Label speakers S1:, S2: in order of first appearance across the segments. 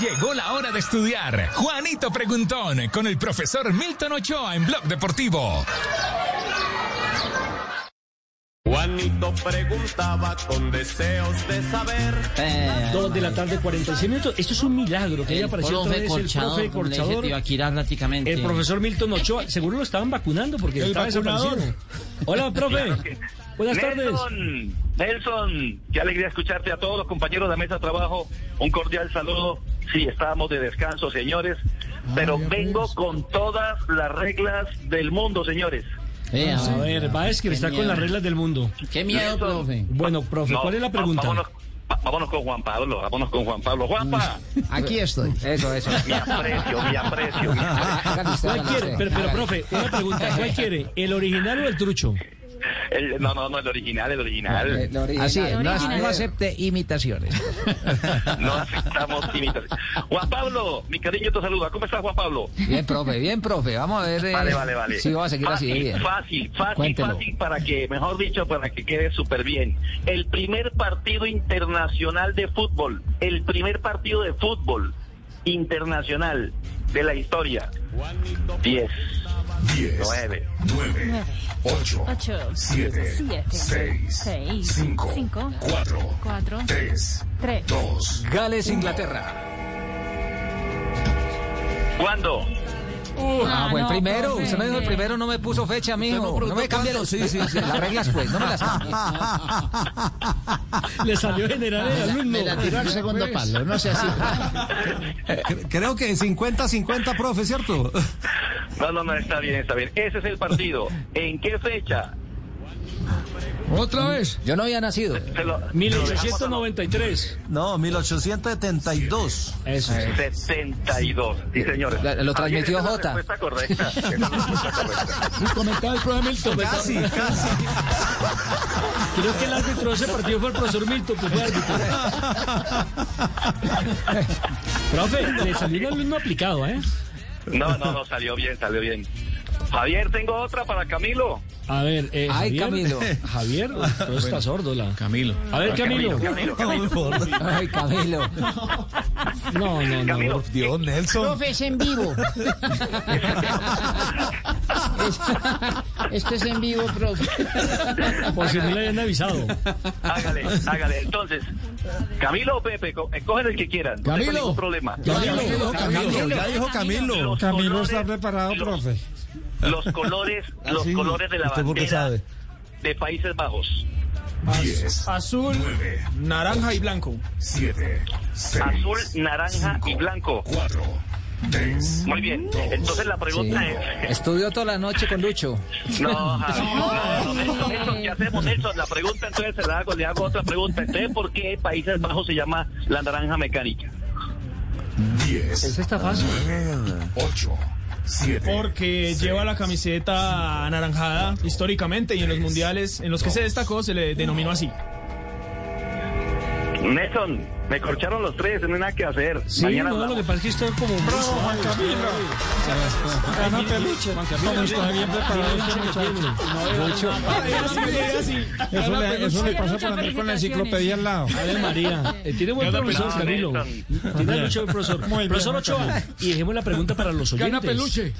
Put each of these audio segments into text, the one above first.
S1: Llegó la hora de estudiar. Juanito Preguntón con el profesor Milton Ochoa en Blog Deportivo.
S2: Juanito preguntaba con deseos de saber.
S3: Eh,
S4: Dos de la tarde, 46 minutos. Esto es un milagro que haya aparecido otra vez el profe
S5: como le
S4: Corchador.
S5: dice tío Akira prácticamente.
S4: El profesor Milton Ochoa, seguro lo estaban vacunando porque
S6: El
S4: estaba
S6: vacunador.
S4: desaparecido. Hola, profe. Buenas tardes.
S7: Nelson, Nelson, qué alegría escucharte a todos los compañeros de la mesa de trabajo. Un cordial saludo. Sí, estábamos de descanso, señores.
S4: Ah,
S7: Pero
S6: ya
S7: vengo
S6: ves.
S7: con todas las reglas del mundo, señores.
S5: Vea,
S4: A ver,
S5: vea,
S4: Baez, que
S5: qué
S4: está con
S5: miedo.
S4: las reglas del mundo.
S5: Qué miedo, profe.
S4: Bueno, profe,
S7: No,
S4: ¿cuál es la
S7: va-
S4: pregunta?
S7: Vámonos, va- vámonos con Juan Pablo, vámonos con Juan Pablo. Juanpa,
S4: Mm.
S3: Aquí estoy. Eso, eso.
S7: mi aprecio, mi aprecio. mi aprecio.
S3: Hágale usted,
S4: ¿Cuál
S3: hágale
S4: quiere?
S3: usted.
S4: Pero, pero,
S3: Hágale.
S4: profe, una pregunta. ¿Cuál quiere? ¿El original o el trucho?
S7: El- no, no, no, el original, el
S3: Eh,
S7: original.
S3: lo original.
S5: Así,
S3: Lo
S5: no-
S3: original.
S5: no
S3: acepte imitaciones.
S7: No aceptamos imitaciones. Juan Pablo, mi cariño te saluda. ¿Cómo estás, Juan Pablo?
S3: Bien, profe, bien, profe. Vamos a ver eh,
S7: Vale, vale, vale.
S3: si va a seguir así de
S7: fácil,
S3: bien.
S7: Fácil, fácil,
S3: Cuéntelo.
S7: fácil para que, mejor dicho, para que quede súper bien. El primer partido internacional de fútbol, el primer partido de fútbol internacional de la historia. 10,
S2: 10,
S7: 9,
S2: 9, 8,
S6: 8,
S2: 7, 6, 5, 4, 3,
S6: 3.
S2: 2.
S3: Gales, Inglaterra.
S7: ¿cuándo?
S3: Ah, fue el
S6: no,
S3: primero.
S6: profe.
S3: Usted me dijo el primero, no me puso fecha, mijo. No, me cambie los- las reglas, pues. No me las cambie.
S4: Le salió general el alumno.
S3: Me la tiró al segundo palo. No sea así.
S8: Creo que 50-50, profe, ¿cierto?
S7: No, no, no, está bien, está bien. Ese es el partido. ¿En qué fecha?
S3: ¿Otra vez? Yo no había nacido.
S7: Se lo- se lo dejamos a los
S4: 1893.
S8: No, 1872.
S4: Eso.
S7: 72. Sí, señores.
S3: La- lo transmitió
S7: Ayer
S3: Jota.
S7: Esa es la respuesta correcta. Esa es la respuesta correcta.
S4: Comentaba el profe Milton.
S8: Casi, casi.
S4: Creo que el árbitro de ese partido fue el profesor Milton, que fue árbitro. Profe, le salió un alumno aplicado, ¿eh?
S7: No, no, no, salió bien, salió bien. Javier, tengo otra para Camilo.
S4: A ver, eh,
S3: Ay,
S4: Javier,
S3: Camilo.
S4: Javier, todo está sordo. La...
S8: Camilo.
S4: A ver, Camilo.
S7: Camilo, Camilo.
S3: Ay, Camilo.
S4: No, no, no.
S7: Camilo,
S8: Dios, Nelson.
S5: Profe, es en vivo. Esto es en vivo, profe.
S4: Por si no le habían avisado.
S7: hágale, hágale. Entonces, Camilo o Pepe, co- eh, cogen el que quieran. No tengo
S8: Camilo.
S7: ningún problema.
S8: Ya dijo Camilo. Ya dijo Camilo.
S7: Los
S6: Camilo
S7: colores-
S6: está preparado,
S7: los-
S6: profe. Ah,
S7: Los colores, los
S8: Así,
S7: colores de la
S8: Ah, usted porque
S7: bandera
S8: sabe.
S7: de Países Bajos.
S2: 10,
S6: Azul,
S2: 9,
S6: naranja y blanco.
S2: 7, 6,
S7: Azul, naranja y blanco.
S2: 4, 3.
S7: Muy bien. Entonces la pregunta es.
S3: Estudió toda la noche con Lucho.
S7: No, Javi, no, no, Nelson, ¿qué hacemos, Nelson? La pregunta entonces se la hago, le hago otra pregunta. Entonces, ¿por qué Países Bajos se llama la naranja mecánica?
S2: 10,
S4: Eso está fácil.
S2: 8, 7.
S6: Porque lleva la camiseta anaranjada históricamente y en los mundiales en los que se destacó se le denominó así.
S7: Nelson, me corcharon los tres, no hay nada que hacer.
S4: Sí,
S7: Mañana
S4: no, lo
S7: hablamos.
S4: que pasa es que esto es como un
S6: Juan Camilo. Ana Peluche. Como está bien preparado este muchacho. Eso le, eso le pasa por andar con la enciclopedia al lado.
S4: Ave María. Eh, tiene buen profesor,
S7: peluche.
S4: Camilo.
S7: Nelson.
S4: Tiene mucho buen profesor.
S6: Muy bien,
S4: profesor
S6: Juan
S4: Ochoa. Y dejemos la pregunta para los oyentes.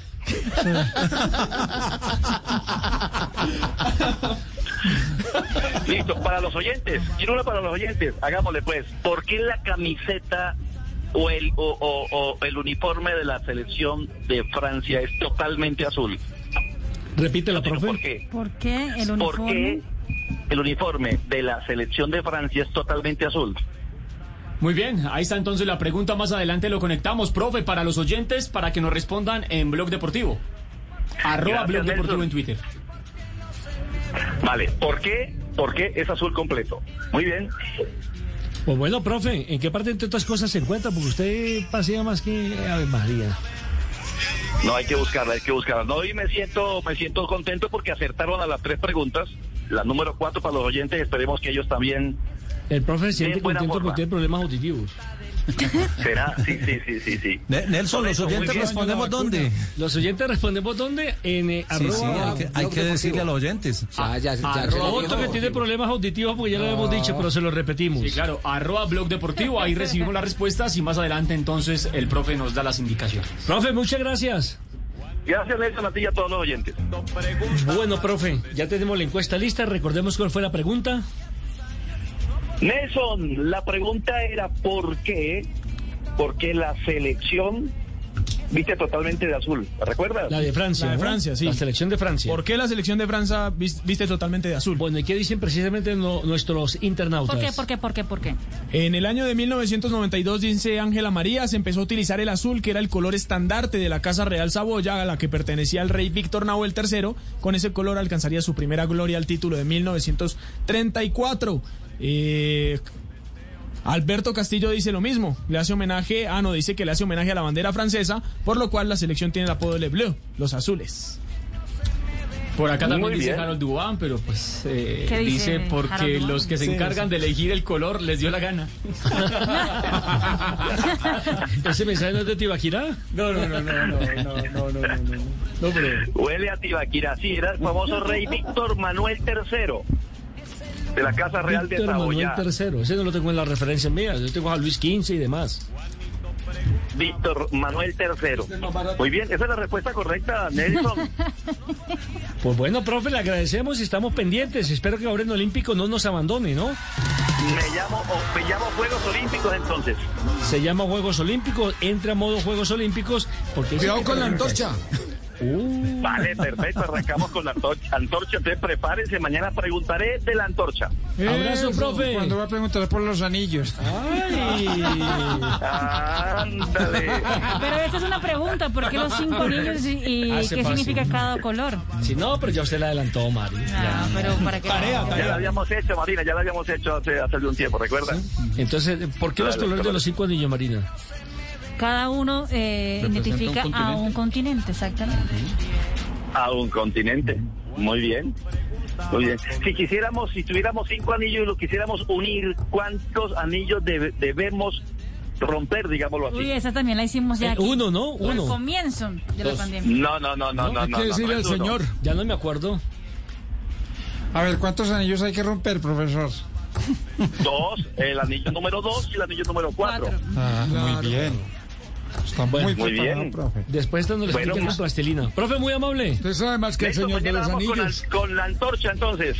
S7: Listo, para los oyentes, quiero una para los oyentes, hagámosle pues. ¿Por qué la camiseta o el, o, o- o el uniforme de la selección de Francia es totalmente azul?
S4: Repítela,
S7: Pero
S4: profe.
S7: ¿Por qué?
S9: ¿Por qué el
S7: ¿Por qué
S9: uniforme?
S7: el uniforme de la selección de Francia es totalmente azul?
S10: Muy bien, ahí está entonces la pregunta. Más adelante lo conectamos, profe, para los oyentes, para que nos respondan en Blog Deportivo. Arroba
S7: Gracias,
S10: Blog Deportivo
S7: Nelson.
S10: en Twitter.
S7: Vale, ¿por qué? ¿Por qué es azul completo? Muy bien.
S4: Pues bueno, profe, ¿en qué parte, entre otras cosas, se encuentra? Porque usted pasea más que Ave María.
S7: No hay que buscarla, hay que buscarla. No, y me siento, me siento contento porque acertaron a las tres preguntas. La número cuatro para los oyentes, esperemos que ellos también
S4: El profe se siente
S7: buena
S4: contento
S7: forma.
S4: porque tiene problemas auditivos.
S7: ¿Será? Sí, sí, sí, sí, sí.
S8: Ne- Nelson, los
S7: Correcto, muy
S8: oyentes
S7: bien.
S8: respondemos dónde.
S4: Los oyentes respondemos dónde en eh,
S8: Sí, sí,
S4: arroba-
S8: hay que, hay que decirle a los oyentes.
S3: Ah, ya, ya.
S10: Ah,
S3: se lo
S4: Otro que
S3: dijo.
S4: tiene problemas auditivos porque ya lo hemos dicho, pero se lo repetimos.
S10: Sí, claro, arroba blog deportivo, ahí recibimos las respuestas y más adelante entonces el profe nos da las indicaciones.
S4: Profe, muchas gracias.
S7: Gracias, Nelson, a ti y a todos los oyentes.
S4: Bueno, profe, ya tenemos la encuesta lista. Recordemos cuál fue la pregunta.
S7: Nelson, la pregunta era ¿por qué? Porque la selección viste totalmente de azul, ¿la ¿recuerdas?
S4: La de Francia.
S6: La de
S4: ¿no?
S6: Francia, sí.
S4: La selección de Francia.
S6: ¿Por qué la selección de Francia vis- viste totalmente de azul?
S4: Bueno, ¿y qué dicen precisamente no- nuestros internautas?
S9: ¿Por qué? ¿Por qué? ¿Por qué? ¿Por qué?
S6: En el año de 1992, dice Ángela María, se empezó a utilizar el azul, que era el color estandarte de la Casa Real Saboya, a la que pertenecía el rey Víctor Nahuel III. Con ese color alcanzaría su primera gloria al título de 1934. Eh, Alberto Castillo dice lo mismo, le hace homenaje, ah no, dice que le hace homenaje a la bandera francesa, por lo cual la selección tiene el apodo de Le Bleu, los azules.
S10: Por acá
S7: Muy
S10: también dice
S7: bien.
S10: Harold Dubán, pero pues eh,
S9: ¿Qué dice
S10: dice porque
S9: Harold Dubán?
S10: los que se
S6: Sí,
S10: encargan
S6: sí.
S10: de elegir el color les dio la gana.
S4: ¿Ese mensaje no es de Tibaquirá?
S10: No, no, no, no, no, no, no, no, no, no. No, pero
S7: Huele a Tibaquira, sí, era el famoso rey Víctor Manuel III de la Casa Real de
S4: Víctor Manuel
S7: Saboya.
S4: III. Ese no lo tengo en las referencias mías. Yo tengo a Luis XV y demás.
S7: Víctor Manuel III. Muy bien, esa es la respuesta correcta, Nelson.
S4: Pues bueno, profe, le agradecemos y estamos pendientes. Espero que ahora en Olímpico no nos abandone, ¿no?
S7: Me llamo, o- me llamo Juegos Olímpicos entonces.
S4: Se llama Juegos Olímpicos, entra a modo Juegos Olímpicos porque...
S2: Cuidado con la antorcha.
S7: Vale, perfecto, arrancamos con la antorcha. Antorcha, entonces prepárense, mañana preguntaré de la antorcha.
S4: Uh, Abrazo, profe.
S8: Cuando va a preguntar por los anillos.
S4: Ay.
S7: Ándale.
S9: Pero esa es una pregunta, ¿por qué los cinco niños y, y
S4: Ah,
S9: qué
S4: se pasó.
S9: significa cada color?
S4: Si no, pero ya usted la adelantó, Mari.
S9: Ah, pero para qué.
S6: Tarea,
S7: Ya la
S6: tarea.
S7: habíamos hecho, Marina, ya la habíamos hecho hace, hace algún tiempo, ¿recuerdas?
S4: Entonces, ¿por qué los
S7: Claro,
S4: colores de
S7: claro.
S4: los cinco niños, Marina?
S9: Cada uno eh, identifica a un continente, exactamente.
S7: A un continente. Muy bien. Muy bien. Si quisiéramos, si tuviéramos cinco anillos y los quisiéramos unir, ¿cuántos anillos debe- debemos romper, digámoslo así?
S9: Uy, esa también la hicimos ya.
S4: Eh,
S9: aquí.
S4: uno, ¿no? Uno.
S9: Al comienzo de la pandemia.
S7: No, no, no, no, no. no, no, no, es uno.
S4: Ya no me acuerdo.
S8: A ver, ¿cuántos anillos hay que romper, profesor?
S7: Dos, el anillo número dos y el anillo número cuatro.
S8: Muy bien. Está
S4: Bueno,
S8: muy,
S7: muy
S8: preparado,
S7: bien.
S8: profe.
S4: Después dando
S7: Bueno,
S4: explican con
S7: ma-
S4: plastilina. Profe, muy amable.
S8: Usted sabe más que el
S7: Listo,
S8: señor de
S7: mañana
S8: los
S7: vamos con la-
S8: anillos.
S7: con la antorcha entonces.